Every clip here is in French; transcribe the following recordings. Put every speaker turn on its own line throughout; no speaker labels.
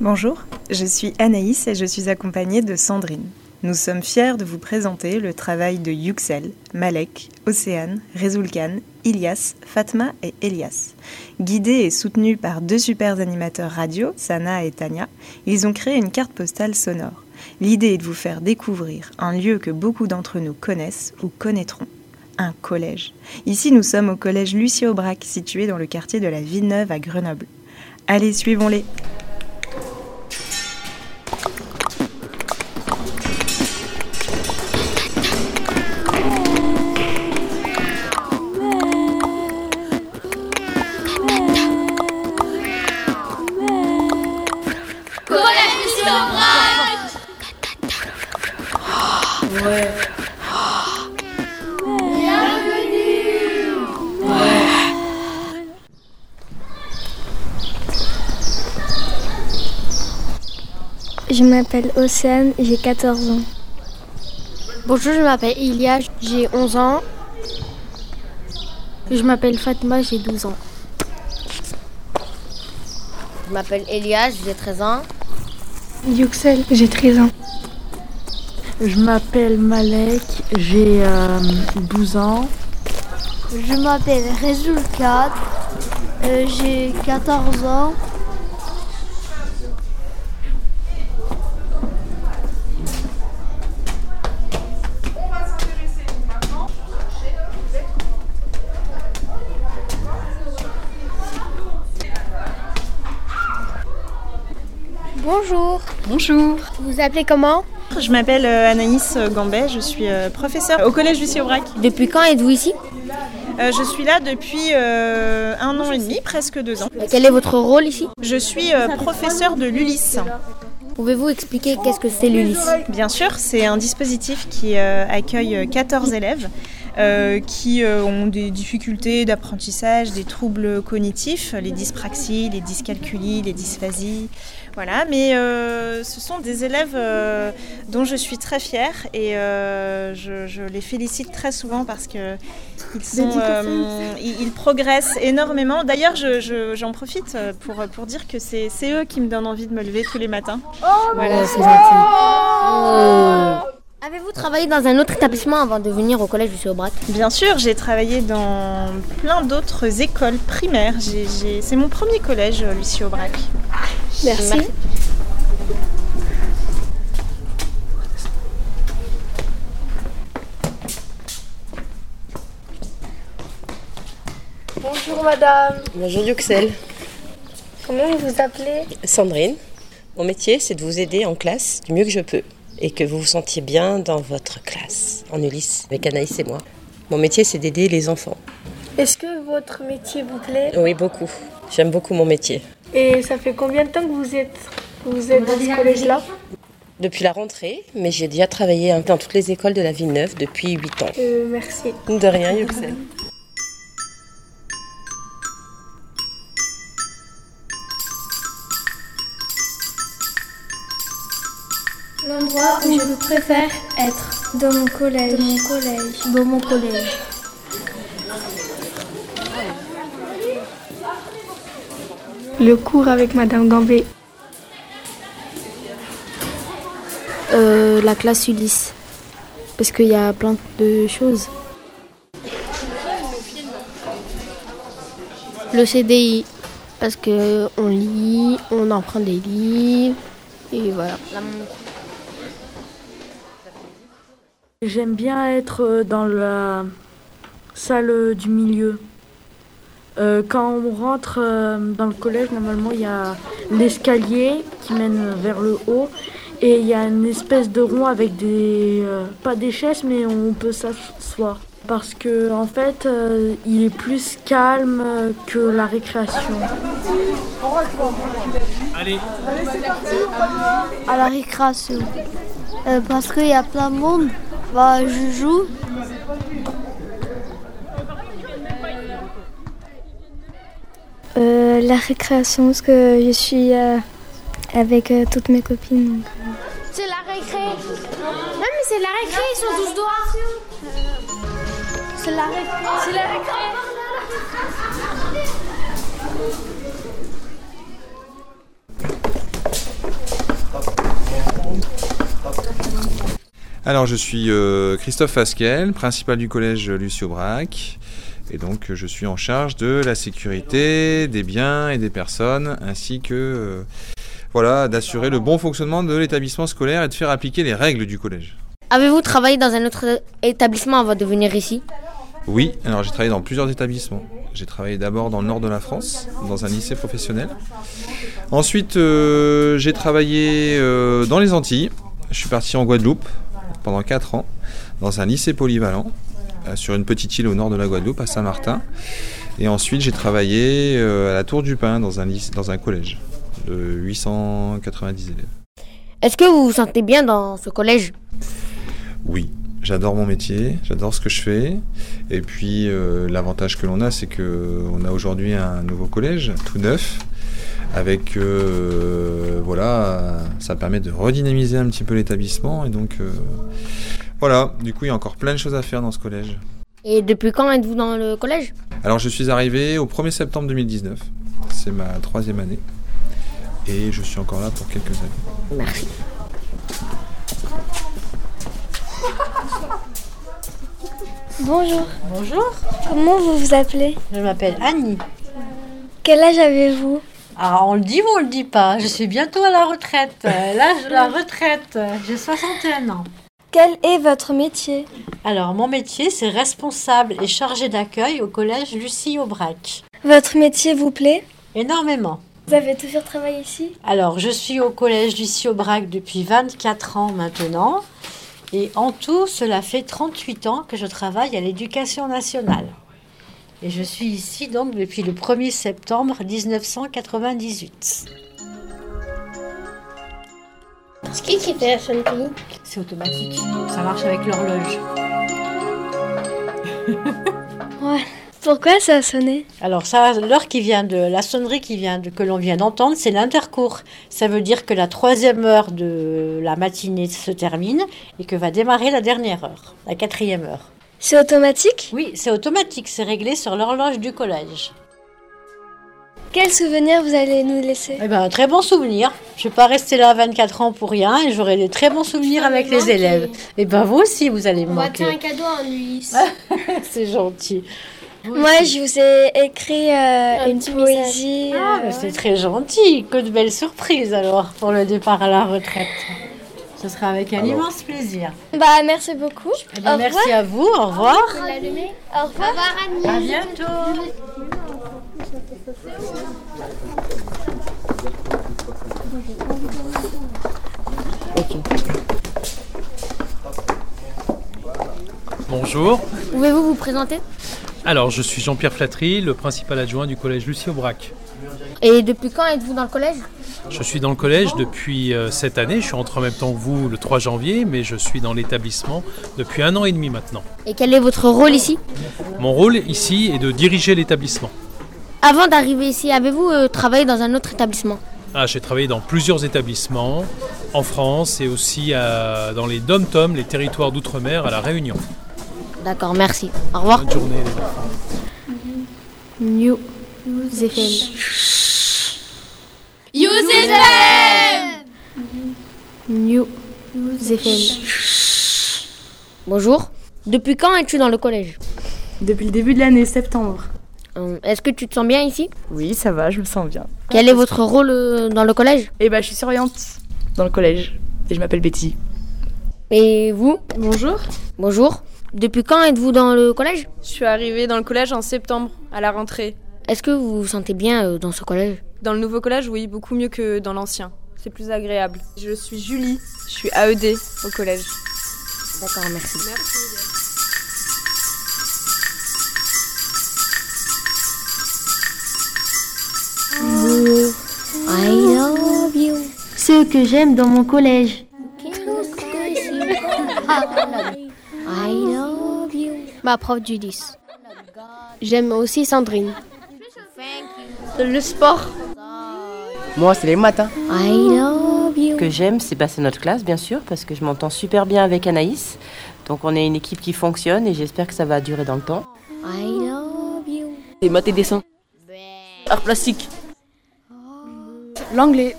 Bonjour, je suis Anaïs et je suis accompagnée de Sandrine. Nous sommes fiers de vous présenter le travail de Yuxel, Malek, Océane, Rezulkan, Ilias, Fatma et Elias. Guidés et soutenus par deux super animateurs radio, Sana et Tania, ils ont créé une carte postale sonore. L'idée est de vous faire découvrir un lieu que beaucoup d'entre nous connaissent ou connaîtront un collège. Ici, nous sommes au collège Lucie Aubrac, situé dans le quartier de la Villeneuve à Grenoble. Allez, suivons-les
Je m'appelle Océane, j'ai 14 ans.
Bonjour, je m'appelle Ilia, j'ai 11 ans. Je m'appelle Fatma, j'ai 12 ans.
Je m'appelle Elias, j'ai 13 ans.
Yuxel, j'ai 13 ans.
Je m'appelle Malek, j'ai euh, 12 ans.
Je m'appelle Rezulkat, euh, j'ai 14 ans.
Bonjour.
Bonjour.
Vous vous appelez comment
Je m'appelle euh, Anaïs Gambet, je suis euh, professeure au collège Lucie Aubrac.
Depuis quand êtes-vous ici
Euh, je suis là depuis euh, un an et demi, presque deux ans.
Quel est votre rôle ici
Je suis euh, professeure de l'ULIS.
Pouvez-vous expliquer qu'est-ce que c'est l'ULIS
Bien sûr, c'est un dispositif qui euh, accueille 14 élèves euh, qui euh, ont des difficultés d'apprentissage, des troubles cognitifs, les dyspraxies, les dyscalculies, les dysphasies. Voilà, mais euh, ce sont des élèves euh, dont je suis très fière et euh, je, je les félicite très souvent parce que ils, sont, euh, ils, ils progressent énormément. D'ailleurs, je- je- j'en profite euh, pour, pour dire que c'est c'est eux qui me donnent envie de me lever tous les matins. Voilà.
Oh
c'est gentil. Avez-vous travaillé dans un autre établissement avant de venir au collège du Aubrac
Bien sûr, j'ai travaillé dans plein d'autres écoles primaires. J'ai- j'ai- C'est mon premier collège, euh, Lucie Aubrac.
Merci.
Bonjour madame,
Bonjour Yuxel,
comment vous vous appelez
Sandrine. Mon métier, c'est de vous aider en classe du mieux que je peux et que vous vous sentiez bien dans votre classe, en Ulysse, avec Anaïs et moi. Mon métier, c'est d'aider les enfants.
Est-ce que votre métier vous plaît
Oui, beaucoup. J'aime beaucoup mon métier.
Euh. Et ça fait combien de temps que vous êtes, vous êtes dans ce collège-là
Depuis la rentrée, mais j'ai déjà travaillé hein, dans toutes les écoles de la Villeneuve depuis 8 ans.
Euh, Merci.
De rien, Yuxel.
L'endroit où je préfère être dans mon collège. Dans mon collège. Dans mon collège.
Le cours avec Madame Gambé.
Euh, la classe Ulysse. Parce qu'il y a plein de choses. Le CDI. Parce que on lit, on emprunte des livres. Et voilà.
J'aime bien être euh, dans la salle euh, du milieu. Euh, quand on rentre euh, dans le collège, normalement, il y a l'escalier qui mène vers le haut. Et il y a une espèce de rond avec des... euh, pas des chaises, mais on peut s'asseoir. Parce que, en fait, euh, il est plus calme euh, que la récréation.
À la récréation. Euh, parce qu'il y a plein de monde. Bah, je joue.
Euh, la récréation, parce que je suis euh,
avec euh, toutes mes copines. euh.
C'est la récré. Non, mais c'est la récré, ils sont tous doigts. C'est la récré. C'est la
Alors, je suis euh, Christophe Fasquel, principal du collège Lucio Braque. Et donc, je suis en charge de la sécurité des biens et des personnes, ainsi que euh, voilà, d'assurer le bon fonctionnement de l'établissement scolaire et de faire appliquer les règles du collège.
Avez-vous travaillé dans un autre établissement avant de venir ici
Oui, alors j'ai travaillé dans plusieurs établissements. J'ai travaillé d'abord dans le nord de la France, dans un lycée professionnel. Ensuite, euh, j'ai travaillé euh, dans les Antilles. Je suis parti en Guadeloupe pendant 4 ans, dans un lycée polyvalent, euh, sur une petite île au nord de la Guadeloupe, à Saint-Martin. Et ensuite, j'ai travaillé euh, à la Tour du Pin, dans un, lycée- dans un collège de 890 élèves.
Est-ce que vous vous sentez bien dans ce collège
Oui, j'adore mon métier, j'adore ce que je fais. Et puis euh, l'avantage que l'on a, c'est que on a aujourd'hui un nouveau collège, tout neuf, avec euh, voilà, ça permet de redynamiser un petit peu l'établissement et donc euh, voilà. Du coup, il y a encore plein de choses à faire dans ce collège.
Et depuis quand êtes-vous dans le collège
Alors, je suis arrivé au 1er septembre 2019. C'est ma troisième année. Et je suis encore là pour quelques années.
Merci.
Bonjour.
Bonjour,
Comment vous vous appelez
je m'appelle Annie.
Quel âge avez-vous
Ah, on le dit ou on le dit pas Je suis bientôt à la retraite. Euh, L'âge de la retraite, euh, j'ai 61 ans.
Quel est votre métier
Alors, mon métier, c'est responsable et chargé d'accueil au collège Lucie Aubrac.
Votre métier vous plaît
Énormément.
Vous avez toujours travaillé ici
Alors, je suis au collège Lucie Aubrac depuis 24 ans maintenant. Et en tout, cela fait 38 ans que je travaille à l'éducation nationale. Et je suis ici donc depuis le 1er septembre 1998.
C'est qui qui fait la sonnerie
C'est automatique, ça marche avec l'horloge.
Ouais. Pourquoi ça a sonné
Alors ça, l'heure qui vient de la sonnerie qui vient de, que l'on vient d'entendre, c'est l'intercours. Ça veut dire que la troisième heure de la matinée se termine et que va démarrer la dernière heure, la quatrième heure.
C'est automatique
Oui, c'est automatique, c'est réglé sur l'horloge du collège.
Quel souvenir vous allez nous laisser
Eh ben, un très bon souvenir. Je vais pas rester là 24 ans pour rien et j'aurai des très bons souvenirs avec les élèves. Et ben vous aussi, vous allez me
On va
manquer.
faire un cadeau à un Ulysse.
c'est gentil.
Moi, je vous ai écrit euh, une
petit
poésie.
Ah,
euh,
mais c'est très gentil. Que de belles surprises alors pour le départ à la retraite. Ce sera avec un
Alors.
immense plaisir.
Bah, merci beaucoup.
Eh ben,
Au
merci
revoir.
à vous. Au revoir.
On peut l'allumer
Au revoir.
À
bientôt.
Bonjour.
Pouvez-vous vous présenter
Alors, je suis Jean-Pierre Flattery, le principal adjoint du collège Lucie Aubrac.
Et depuis quand êtes-vous dans le collège
Je suis dans le collège depuis euh, cette année. Je suis rentré en même temps que vous le 3 janvier, mais je suis dans l'établissement depuis un an et demi maintenant.
Et quel est votre rôle ici
Mon rôle ici est de diriger l'établissement.
Avant d'arriver ici, avez-vous euh, travaillé dans un autre établissement
Ah, j'ai travaillé dans plusieurs établissements en France et aussi à- dans les DOM-TOM, les territoires d'outre-mer à La Réunion.
D'accord, merci. Au revoir.
Bonne journée, les enfants.
New
Use it
New FM.
Bonjour. Depuis quand es-tu dans le collège
Depuis le début de l'année, septembre.
Euh, Est-ce que tu te sens bien ici
Oui, ça va, je me sens bien.
Quel est votre rôle euh, dans le collège
Ah, Eh ben, je suis surveillante dans le collège et je m'appelle Betty.
Et vous
Bonjour.
Bonjour. Depuis quand êtes-vous dans le collège
Je suis arrivée dans le collège en septembre, à la rentrée.
Est-ce que vous vous sentez bien euh, dans ce collège
Dans le nouveau collège, oui, beaucoup mieux que dans l'ancien. C'est plus agréable. Je suis Julie, je suis AED au collège.
D'accord, merci.
I love you. Ce que j'aime dans mon collège.
I love you. Ma prof du 10. J'aime aussi Sandrine. Le sport.
Moi, c'est les matins.
Ce que j'aime, c'est bah, c'est notre classe, bien sûr, parce que je m'entends super bien avec Anaïs. Donc on est une équipe qui fonctionne et j'espère que ça va durer dans le temps.
C'est maths et dessin. Art plastique.
L'anglais.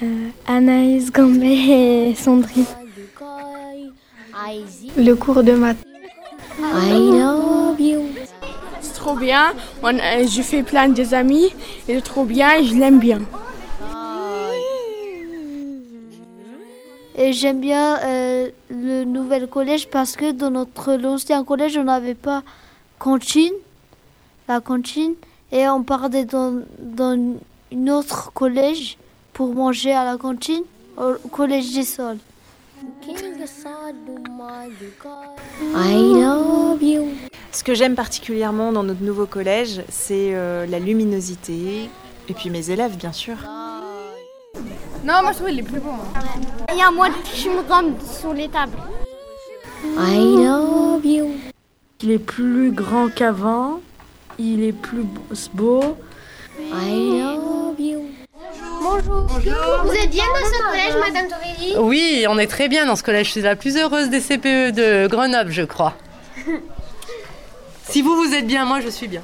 Euh,
Anaïs Gambé et Sandrine.
Le cours de maths.
C'est trop bien. On, euh, je fais plein des amis. Il est trop bien et je l'aime bien.
Et j'aime bien euh, le nouvel collège parce que dans notre l'ancien collège, on n'avait pas cantine, la cantine, et on partait dans, dans une autre collège pour manger à la cantine au collège des sols.
Ce que j'aime particulièrement dans notre nouveau collège, c'est euh, la luminosité et puis mes élèves, bien sûr.
Non, moi je trouve qu'il est plus hein. bon.
Il y a moins de chewing-gum sur les tables.
Il est plus grand qu'avant. Il est plus beau.
Bonjour. Vous êtes bien dans ce collège, Madame Torelli
Oui, on est très bien dans ce collège. Je suis la plus heureuse des CPE de Grenoble, je crois. si vous, vous êtes bien, moi, je suis bien.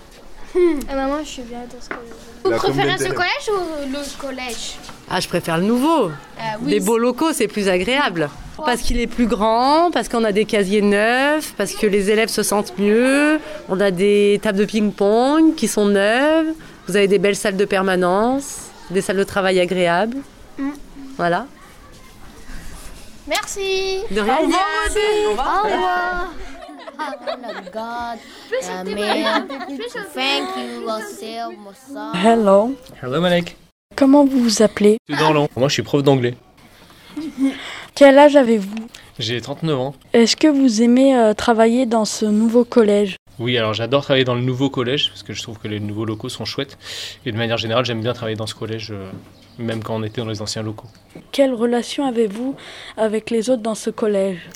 Hmm. Euh, maman, je suis bien dans ce collège. Vous
La
préférez ce
communauté.
collège ou le collège Euh,
Ah, je préfère le nouveau.
Ah
des
oui, c'est-
beaux locaux, c'est plus agréable. Parce qu'il est plus grand, parce qu'on a des casiers neufs, parce que les élèves se sentent mieux. On a des tables de ping-pong qui sont neuves. Vous avez des belles salles de permanence, des salles de travail agréables.
Mm.
Voilà.
Merci.
De rien. Au revoir, Maudie.
Au
Au
revoir. Euh,
revoir.
Plus
la
chanter,
merde.
madame. Plus chanter.
Thank you, yourself, myself.
Hello.
Hello Malek.
Comment vous vous appelez
Moi je suis prof d'anglais.
Quel âge avez-vous
J'ai 39 ans.
Est-ce que vous aimez euh, travailler dans ce nouveau collège
Oui, alors j'adore travailler dans le nouveau collège parce que je trouve que les nouveaux locaux sont chouettes. Et de manière générale, j'aime bien travailler dans ce collège, euh, même quand on était dans les anciens locaux.
Quelle relation avez-vous avec les autres dans ce collège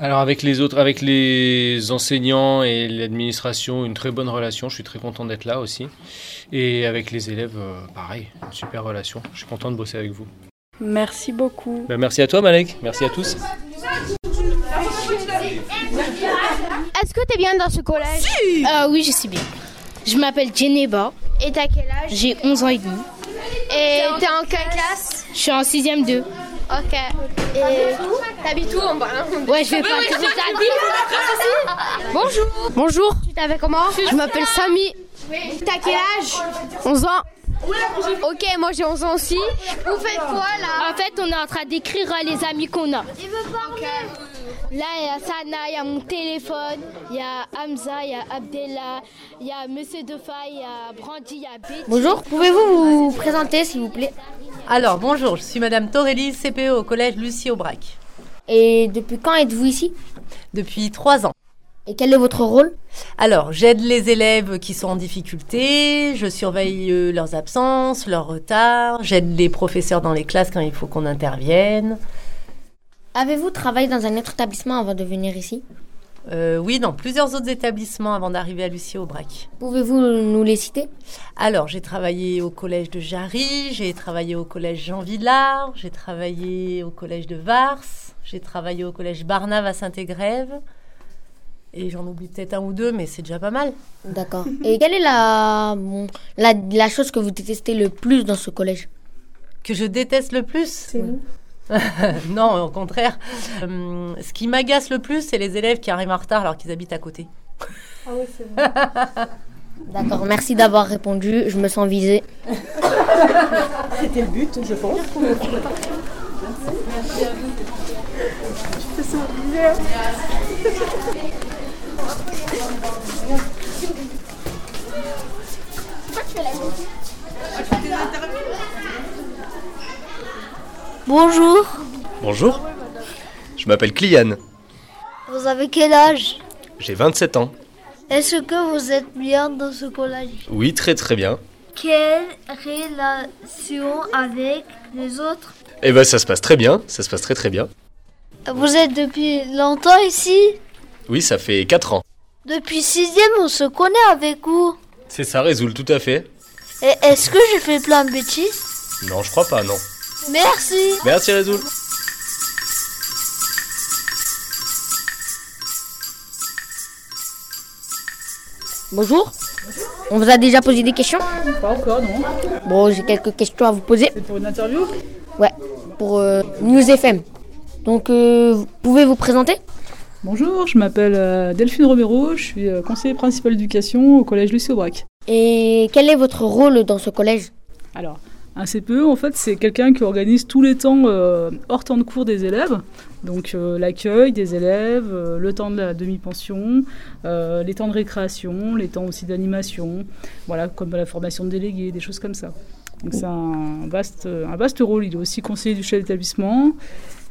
Alors avec les autres, avec les enseignants et l'administration, une très bonne relation. Je suis très content d'être là aussi. Et avec les élèves, euh, pareil, une super relation. Je suis content de bosser avec vous.
Merci beaucoup.
Ben, merci à toi Malek, merci à tous.
Est-ce que t'es bien dans ce collège Ah Oui, je suis bien. Je m'appelle Geneva.
Et t'as quel âge
J'ai 11 ans et demi.
Et t'es en quelle classe
Je suis en 6ème 2.
Ok. Et t'habites où en bas hein
Ouais, je vais
Oui,
pas
oui,
te
je
dire.
t'habite. Bonjour.
Bonjour.
Tu t'appelles comment
Je m'appelle Samy.
T'as quel âge
11 ans.
Ok, moi j'ai 11 ans aussi. Vous faites quoi là
En fait, on est en train d'écrire euh, les amis qu'on a.
Il veut parler.
Là, il y a Sana, il y a mon téléphone, il y a Hamza, il y a Abdella, il y a Monsieur Defa, il y a Brandy, il y a Betty.
Bonjour, pouvez-vous vous présenter s'il vous plaît Alors bonjour, je suis Madame Torelli, CPE au collège Lucie Aubrac. Et depuis quand êtes-vous ici Depuis trois ans. Et quel est votre rôle Alors j'aide les élèves qui sont en difficulté, je surveille euh, leurs absences, leurs retards, j'aide les professeurs dans les classes quand il faut qu'on intervienne.
Avez-vous travaillé dans un autre établissement avant de venir ici
Euh, oui, dans plusieurs autres établissements avant d'arriver à Lucie Aubrac.
Pouvez-vous nous les citer
Alors, j'ai travaillé au collège de Jarry, j'ai travaillé au collège Jean Villard, j'ai travaillé au collège de Vars, j'ai travaillé au collège Barnave à Saint-Égrève. Et j'en oublie peut-être un ou deux, mais c'est déjà pas mal.
D'accord. Et quelle est la, bon, la, la chose que vous détestez le plus dans ce collège
Que je déteste le plus C'est vous Non, au contraire. Hum, ce qui m'agace le plus, c'est les élèves qui arrivent en retard alors qu'ils habitent à côté.
Ah oui, c'est
D'accord, merci d'avoir répondu, je me sens visée.
C'était le but, je pense.
Bonjour,
Bonjour, je m'appelle Cliane,
vous avez quel âge
j'ai 27 ans.
Est-ce que vous êtes bien dans ce collège
Oui, très très bien.
Quelle relation avec les autres
Eh ben ça se passe très bien, ça se passe très très bien.
Vous êtes depuis longtemps ici
Oui, ça fait 4 ans.
Depuis sixième, on se connaît avec vous.
C'est ça, résoule tout à fait.
Et est-ce que j'ai fait plein de bêtises
Non, je crois pas, non.
Merci
Merci Rézoul.
Bonjour. On vous a déjà posé des questions
Pas encore, non
Bon, j'ai quelques questions à vous poser.
C'est pour une interview
Ouais, pour euh, News FM. Donc, euh, vous pouvez vous présenter
Bonjour, je m'appelle euh, Delphine Romero, je suis euh, conseiller principal d'éducation au collège Lucie Aubrac.
Et quel est votre rôle dans ce collège
Alors, un CPE, en fait, c'est quelqu'un qui organise tous les temps euh, hors temps de cours des élèves. Donc, euh, l'accueil des élèves, euh, le temps de la demi-pension, euh, les temps de récréation, les temps aussi d'animation, voilà, comme la formation de délégués, des choses comme ça. Donc, c'est un vaste, un vaste rôle. Il est aussi conseiller du chef d'établissement.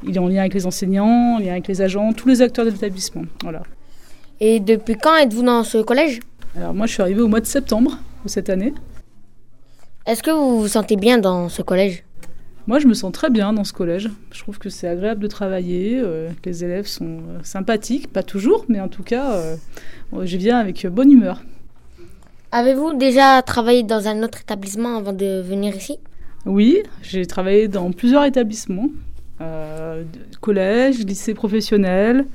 Il est en lien avec les enseignants, en lien avec les agents, tous les acteurs de l'établissement. Voilà.
Et depuis quand êtes-vous dans ce collège
Alors, moi, je suis arrivée au mois de septembre de cette année.
Est-ce que vous vous sentez bien dans ce collège
Moi, je me sens très bien dans ce collège. Je trouve que c'est agréable de travailler. euh, que les élèves sont euh, sympathiques, pas toujours, mais en tout cas, euh, je viens avec euh, bonne humeur.
Avez-vous déjà travaillé dans un autre établissement avant de venir ici
Oui, j'ai travaillé dans plusieurs établissements euh, de- collège, lycée professionnel,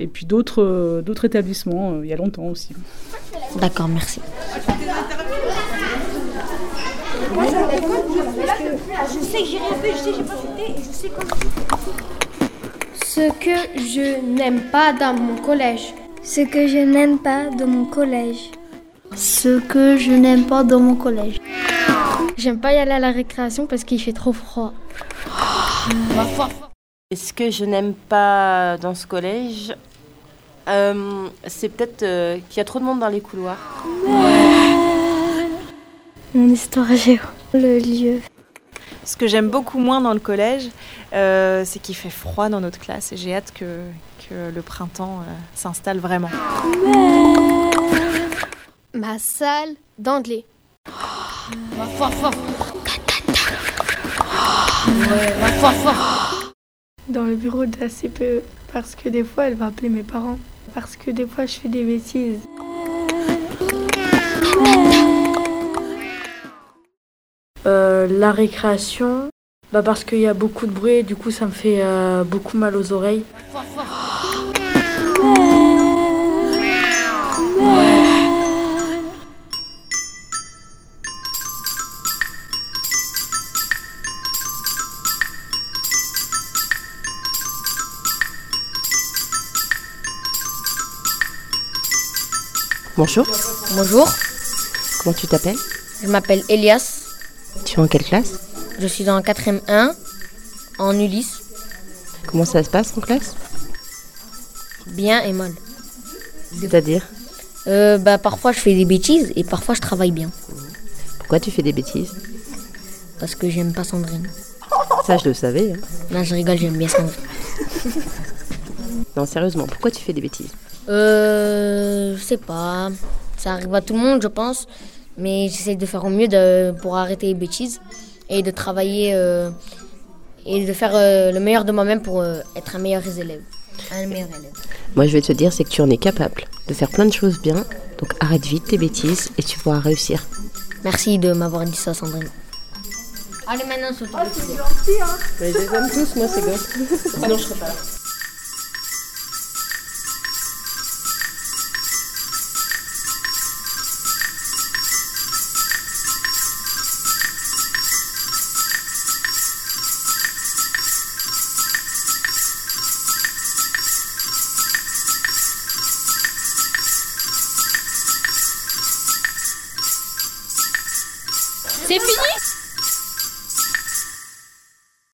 et puis d'autres euh, d'autres établissements euh, il y a longtemps aussi.
D'accord, merci.
Je sais que j'ai rien fait, je sais que j'ai pas fêté et je sais
Ce que je n'aime pas dans mon collège. Ce que je n'aime pas dans mon collège.
Ce que je n'aime pas dans mon collège.
J'aime pas y aller à la récréation parce qu'il fait trop froid.
Et ce que je n'aime pas dans ce collège, euh, c'est peut-être euh, qu'il y a trop de monde dans les couloirs.
Mon histoire géo. Le lieu.
Ce que j'aime beaucoup moins dans le collège, euh, c'est qu'il fait froid dans notre classe et j'ai hâte que, que le printemps euh, s'installe vraiment.
Ma salle d'anglais.
Dans le bureau de la CPE, parce que des fois elle va appeler mes parents, parce que des fois je fais des bêtises.
Euh, la récréation, bah parce qu'il y a beaucoup de bruit et du coup ça me fait euh, beaucoup mal aux oreilles.
Bonjour.
Bonjour,
Comment tu t'appelles
je m'appelle Elias.
Tu es en quelle classe
Je suis dans 4ème 1 en Ulysse,
Comment ça se passe en classe
bien et mal.
C'est-à-dire
Euh, bah, parfois je fais des bêtises et parfois je travaille bien
Pourquoi tu fais des bêtises
parce que j'aime pas Sandrine.
Ça, je le savais. hein.
Non, je rigole, j'aime bien Sandrine.
Non, sérieusement, pourquoi tu fais des bêtises
Euh, je sais pas. Ça arrive à tout le monde, je pense. Mais j'essaie de faire au mieux de- pour arrêter les bêtises et de travailler euh, et de faire euh, le meilleur de moi-même pour euh, être un meilleur élève. Un meilleur élève.
Moi, je vais te dire, c'est que tu en es capable de faire plein de choses bien. Donc arrête vite tes bêtises et tu pourras réussir.
Merci de m'avoir dit ça, Sandrine. Allez, maintenant, sur toi.
Mais je les aime tous, moi, ces gosses. Sinon, je serais pas là.
C'est fini